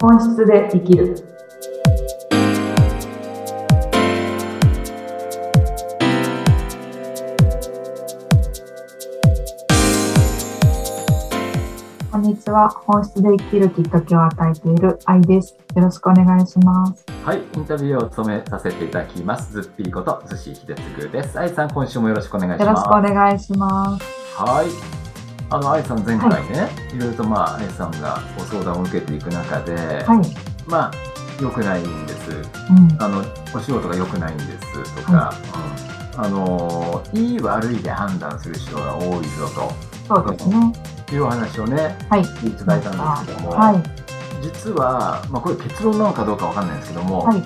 本質で生きる。こんにちは。本質で生きるきっかけを与えている愛です。よろしくお願いします。はい、インタビューを務めさせていただきます。ズッピーこと、寿司秀嗣です。あいさん、今週もよろしくお願いしよろましす。くお願いします。はい。あの、あいさん、前回ね、い、ろいろと、まあ、あいさんがご相談を受けていく中で、はい。まあ、良くないんです。うん。あの、お仕事が良くないんですとか、うんあの、いい悪いで判断する人が多いぞそうですね。というお話をね、はい。していただいたんですけども、はい。実は、まあ、これ結論なのかどうかわかんないんですけども、はい。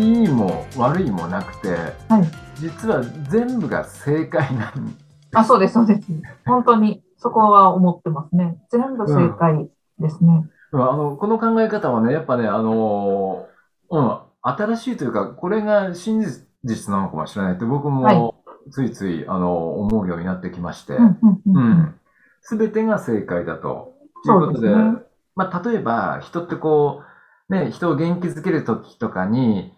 いいも悪いもなくて、はい実は全部が正解なん あ、そうです、そうです。本当に、そこは思ってますね。全部正解ですね。あのこの考え方はねやっぱねあのーうん新しいというかこれが真実なのかもしれないって僕はいもついつい、あの思うようになってきまして、うん、うん、う。うんん、全てが正解だと。というこそうでとですねまあ、例えば人ってこう、ね、人を元気づける時とかに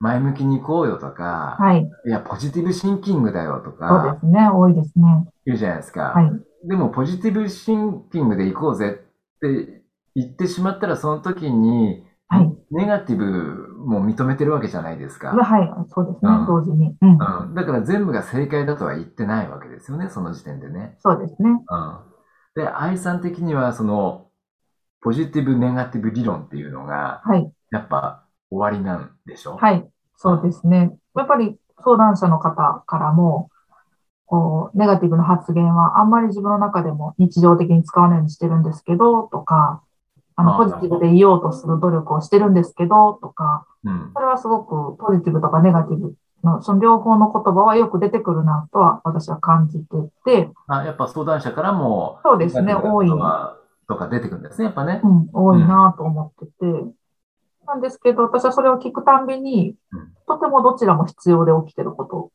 前向きに行こうよとか、はい。い、やポジティブシンキングだよとそうかですね。多いですね。言うじゃないですか。はい。でもポジティブシンキングで行こうぜって言ってしまったらその時にはい。ネガティブも認めてるわけじゃないですか。はい。そうですねう。ん同時に。うん。うん、だから全部が正解だとは言ってないわけですよね、その時点でね。そうですね。うん、で、愛さん的にはそのポジティブ・ネガティブ理論っていうのがはい。やっぱ終わりなんでしょはい。そうですね。やっぱり相談者の方からも、こう、ネガティブな発言はあんまり自分の中でも日常的に使わないようにしてるんですけど、とか、あの、あーポジティブでいようとする努力をしてるんですけど、とか、うんこれはすごくポジティブとかネガティブの、その両方の言葉はよく出てくるなとは私は感じてて、あ。やっぱ相談者からもそうですね、ネガティ多ブい、なう言葉とか出てくるんですね、やっぱね。ん、多いなと思ってて。なんですけど、私はそれを聞くたんびにうん、とてもどちらも必要で起きてること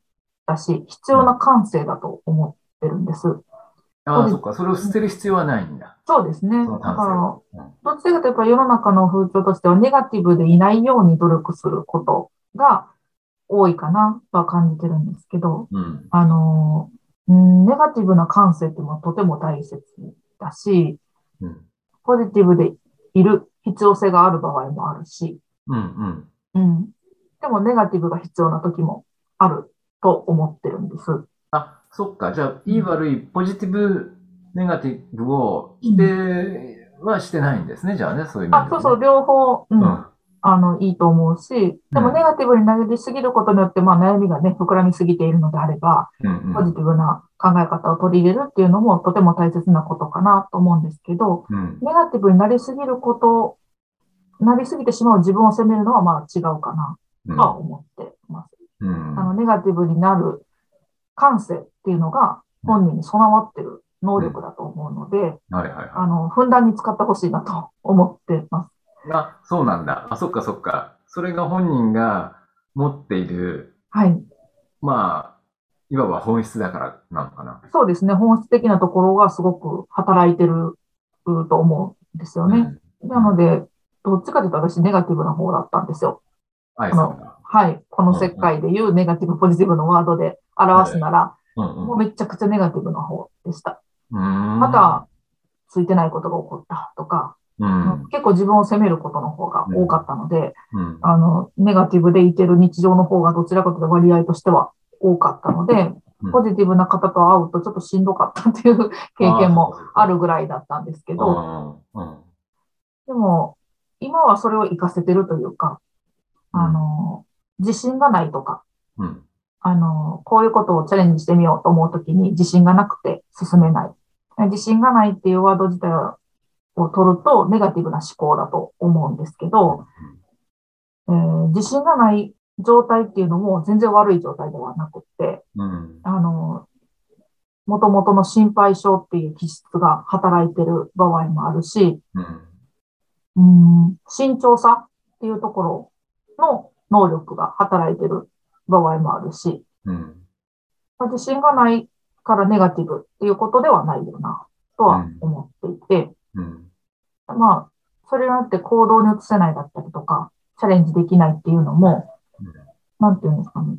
だし、必要な感性だと思ってるんです。あそあ、うですそっか、それを捨てる必要はないんだ。そうですね。だそのか感性らを、うんどっちかというとやっぱり世の中の風潮としてはネガティブでいないように努力することが多いかなとは感じてるんですけど、うんあの、うんネガティブな感性っていうのはとても大切だし、うんポジティブでいる必要性がある場合もあるし、うんうん。でもネガティブが必要な時もあると思ってるんです。あ、そっか。じゃあ、いい悪い、ポジティブ、ネガティブを否定はしてないんですね。じゃあね、そういう意味で、ね。あ、そうそう、両方、ううん。ん、あの、いいと思うし、でもうんネガティブになりすぎることによって、まあ悩みがね、膨らみすぎているのであれば、うん。ポジティブな考え方を取り入れるっていうのもとても大切なことかなと思うんですけど、うん。ネガティブになりすぎること、なりすぎてしまう自分を責めるのはまあ違うかなうん。とは思ってます。うんあの、ネガティブになる感性っていうのが本人に備わってる能力だと思うので、はいはいはあの、ふんだんに使ってほしいなと思ってます。い。あ、そうなんだ。あ、そっかそっか。それが本人が持っている、はい。まあ、いわば本質だからなのかな。そうですね。本質的なところがすごく働いてるうと思うんですよね。なので、どっちかというと私ネガティブな方だったんですよ。うん。愛さんが。はい。この世界でいうネガティブ、ポジティブのワードで表すなら、うんうん。もううめちゃくちゃネガティブな方でした。ーんま、た、ついてないことが起こったとか、うん。結構自分を責めることの方が多かったので、うん。あの、ネガティブでいてる日常の方がどちらかというと割合としては多かったのでうん、ポジティブな方と会うとちょっとしんどかったっていう経験もあるぐらいだったんですけど、うん。うん。でも、今はそれを活かせてるというか、あの、自信がないとか、うん。あの、こういうことをチャレンジしてみようと思うときに自信がなくて進めない。自信がないっていうワード自体を取るとネガティブな思考だと思うんですけど、えー自信がない状態っていうのも全然悪い状態ではなくって、うん。あの、元々の心配性っていう気質が働いてる場合もあるし、うん。うん、慎重さっていうところの能力が働いてる場合もあるし、うん。まあ自信がないからネガティブっていうことではないよな、とは思っていて、うん。まあ、それによって行動に移せないだったりとか、チャレンジできないっていうのもうん、なんていうんですかね。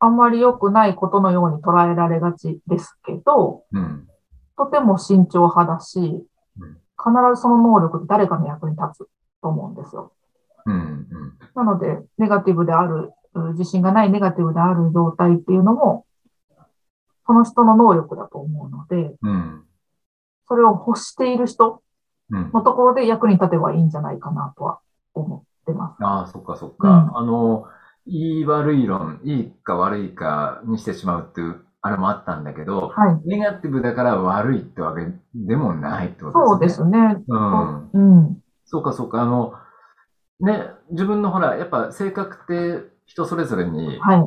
あんまり良くないことのように捉えられがちですけど、うん。とても慎重派だし、必ずその能力って誰かの役に立つと思うんですよ。うん。なので、ネガティブである、うん自信がないネガティブである状態っていうのも、その人の能力だと思うので、うん。うん。それを欲している人うん。のところで役に立てばいいんじゃないかなとは思ってます。ああ、そっかそっか。うんあの、いい悪い論、いいか悪いかにしてしまうっていう、あれもあったんだけど、はい。ネガティブだから悪いってわけでもないってそことうでですね。すね。うん。うん。そうかそうか。あの、ね、自分のほら、やっぱ性格って人それぞれに、ね、はい。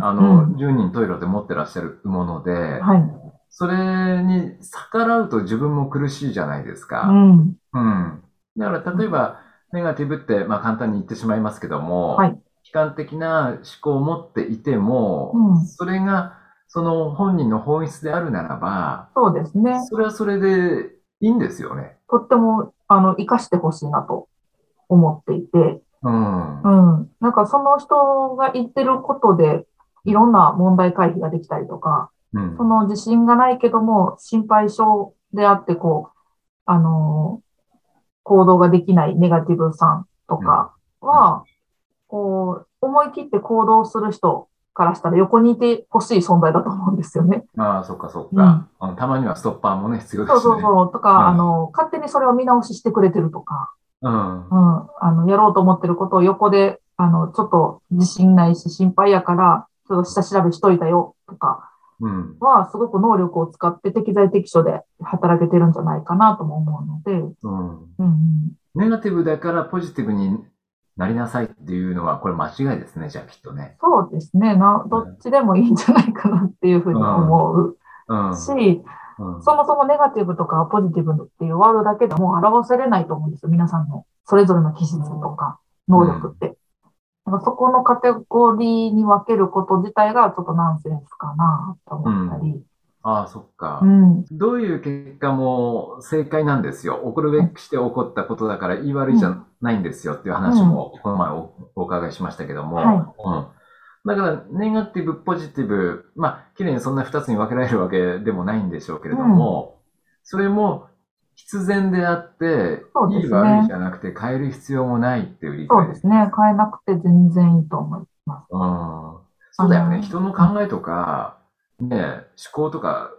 あの、10人トイレで持ってらっしゃるもので、うんはい。それに逆らうと自分も苦しいじゃないですか。うん。うん。だから、例えば、ネガティブって、まあ簡単に言ってしまいますけども、はい悲観的な思考を持っていても、うんそれが、その本人の本質であるならば、そうですね。それはそれでいいんですよね。とっても、あの、活かしてほしいなと思っていて、ううん。うんん。なんかその人が言ってることで、いろんな問題回避ができたりとか、その自信がないけども、心配性であって、こう、あのー行動ができないネガティブさんとかは、こう、思い切って行動する人からしたら横にいてほしい存在だと思うんですよね。ああ、そっかそっか、あのたまにはストッパーもね、必要でそうすしそうね。そう。とうんか、あの、勝手にそれを見直ししてくれてるとか、うん。うん、あの、やろうと思ってることを横で、あの、ちょっと自信ないし心配やから、ちょっと下調べしといたよとか、うん。は、すごく能力を使って適材適所で働けてるんじゃないかなとも思うので、うん。うんうん、ネガティブだからポジティブになりなさいっていうのは、これ間違いですね、じゃあきっとね。そうですねな、どっちでもいいんじゃないかなっていうふうに思ううん。し、うんそもそもネガティブとかポジティブっていうワードだけでもう表せれないと思うんですよ、皆さんのそれぞれの気質とか能力って。なんかそこのカテゴリーに分けること自体がちょっとナンセンスかなと思ったり。ああ、そっか。うん、どういう結果も正解なんですよ。怒るべくして起こったことだから言い悪いじゃないんですよっていう話もこの前おお伺いしましたけども。はうん、だから、ネガティブ、ポジティブ、まあ、綺麗にそんな二つに分けられるわけでもないんでしょうけれども、それも必然であってそう、ですねいい悪いじゃなくて変える必要もないっていう理そう解でですすね。変えなくて全然いいと思います。うんそうだよあのね。人の考えとか、ね、思考とか、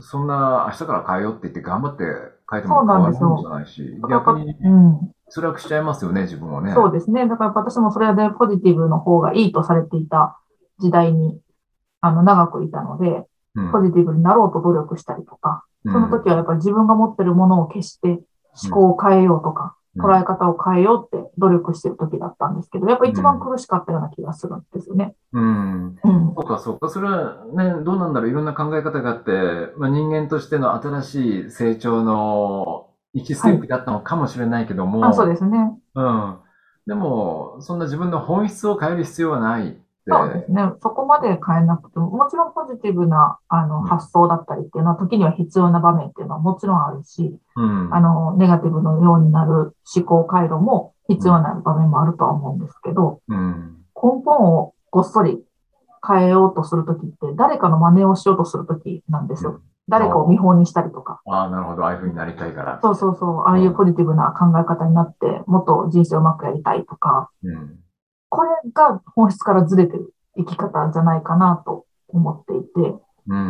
そんな明日から変えようって言って頑張って変えてもそう変なんわでるすよもんじゃないし、逆にうん、辛くしちゃいますよね、自分をね。そうですね。だから私もそれでポジティブの方がいいとされていた時代に、あの、長くいたので、うんポジティブになろうと努力したりとか、その時はやっぱり自分が持ってるものを消して、思考を変えようとか、うん捉え方を変えようって努力してる時だったんですけど、やっぱ一番苦しかったような気がするんですよね。うん。うん。そうか、そうか。それはね、どうなんだろう。いろんな考え方があって、まあ、人間としての新しい成長の一ステップだったのかもしれないけども、あそうですね。うん。でも、そんな自分の本質を変える必要はないって。そうですね。そこまで変えなくても、もちろんポジティブなあうのん発想だったりっていうのは時には必要な場面っていうのはもちろんあるし、うんあの、ネガティブのようになる思考回路も必要な場面もあるとは思うんですけど、うん。根本をごっそり変えようとするときって、誰かの真似をしようとするときなんですうんよ。誰かを見本にしたりとか。ああ、なるほど。ああいうふうになりたいから。そうそうそう、ああいうポジティブな考え方になって、もっと人生をうまくやりたいとか、うん。これが本質からずれてる生き方じゃないかなと思っていて、うん、ううん。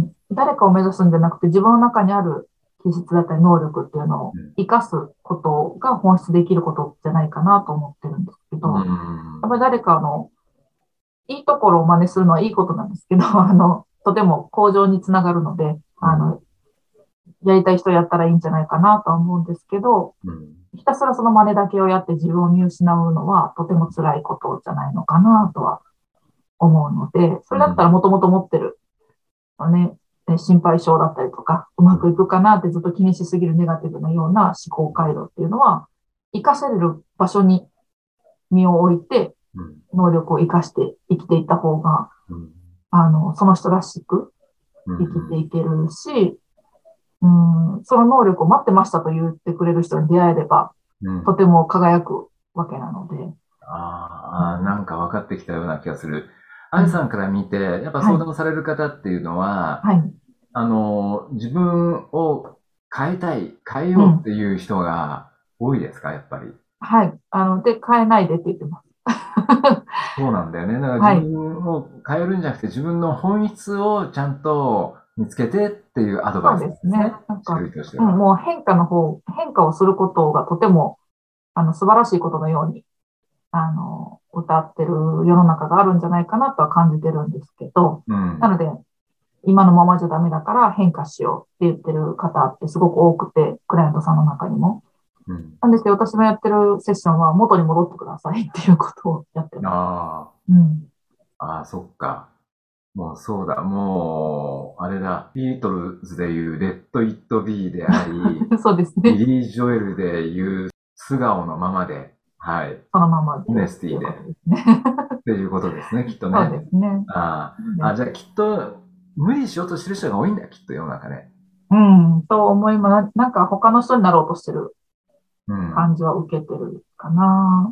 ん、誰かを目指すんじゃなくて、自分の中にある気質だったり能力っていうのをうん生かすことが本質できることじゃないかなと思ってるんですけど、うやっん。ぱり誰かの、いいところを真似するのはいいことなんですけど、 あの、とても向上につながるので、あの、やりたい人やったらいいんじゃないかなとは思うんですけど、うんひたすらその真似だけをやって自分を見失うのはとても辛いことじゃないのかなとは思うので、それだったらもともと持ってる、ね、え心配性だったりとか、うまくいくかなってずっと気にしすぎるネガティブなような思考回路っていうのは、活かせれる場所に身を置いて、うん。能力を活かして生きていった方が、うん。あの、その人らしくうん。生きていけるし、うん、その能力を待ってましたと言ってくれる人に出会えれば、うん。とても輝くわけなので。ああ、なんか分かってきたような気がする。アンさんから見て、やっぱ相談される方っていうのは、はい。あの、自分を変えたい、変えようっていう人が多いですか、やっぱり。はい。あの、で、変えないでって言ってます。そうなんだよね。だからはい自分を変えるんじゃなくて、自分の本質をちゃんと見つけてっていうアドそバイうスでですすね。ね。なんか種、類としてうは。ん、もう変化の方、変化をすることがとても、あの、素晴らしいことのように、あの、歌ってる世の中があるんじゃないかなとは感じてるんですけど、うん。なので、今のままじゃダメだから変化しようって言ってる方ってすごく多くて、クライアントさんの中にも。うんなんですけど、私のやってるセッションは元に戻ってくださいっていうことをやってます。うあん。あ、ああ、そっか。もうそうだ、もう、あれだ、ビートルズでいうレッド・イット・ビーで あり、そうですビね。リー・ジョエルでいう素顔のままで、はい、そのままオで。ネステといィうこで、とっですね。ていうことですね、きっとそうね。ですね。ああ、あじゃあきっと、無理しようとしてる人が多いんだ、きっと世の中ね。うん、と思います。なんか他の人になろうとしてるうん。感じは受けてるかな。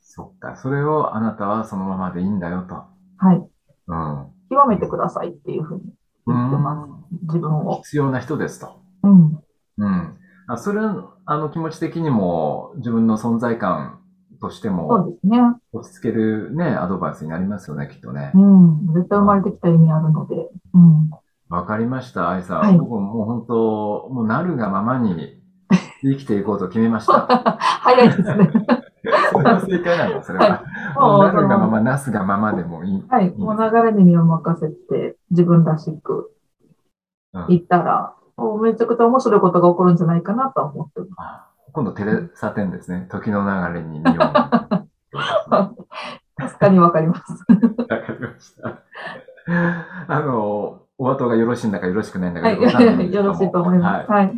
そっか、それをあなたはそのままでいいんだよと。はい。うん。極めてくださいっていうふうに言ってます。自分うんを。必要な人ですと。うん。うん。あそれは、あの、気持ち的にも、自分の存在感としてそうも、ですね。落ち着けるね、アドバイスになりますよね、きっとねう。ん。絶対生まれてきた意味あるので。うん。わかりました、愛さん。はい僕ももう本当、もうなるがま まに生きていこうと決めました。早いです ね。それが正解なんだ、それは。ももうう、なそるがまの、ま、なすがままでもいい。はい。もう流れに身を任せて、自分らしくうんいったら、もうめちゃくちゃ面白いことが起こるんじゃないかなとは思ってまあ今度、テレサテンですね。時の流れに 身を。わす。確かにわかります。かりました。あの、お後がよろしいんだかよろしくないんだかはよくわかんないんですい。け よどもろしいと思います。ははい。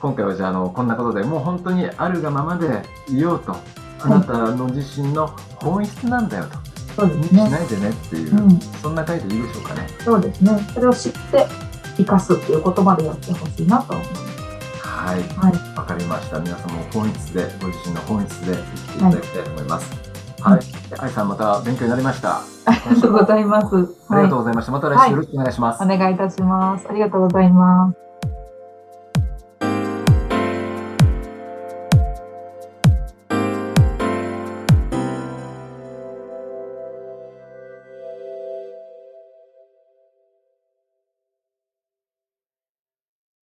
今回はじゃああのこんなことでもう本当にあるがままでいようとあなたの自身の本質なんだよとそうで無理すしね。ないでねっていう、うん。そんな回でいいでしょうかねそうですね。それを知って生かすっていうことまでやってほしいなと思います。はいはい。わかりました皆さんも本質でご自身の本質で生きていただきたいと思いますはい、愛さんまた勉強になりましたあありがとうございます。ありはがいとう。ございましたまた来週よろしくお願いします、お願いいたします。ありがとうございます。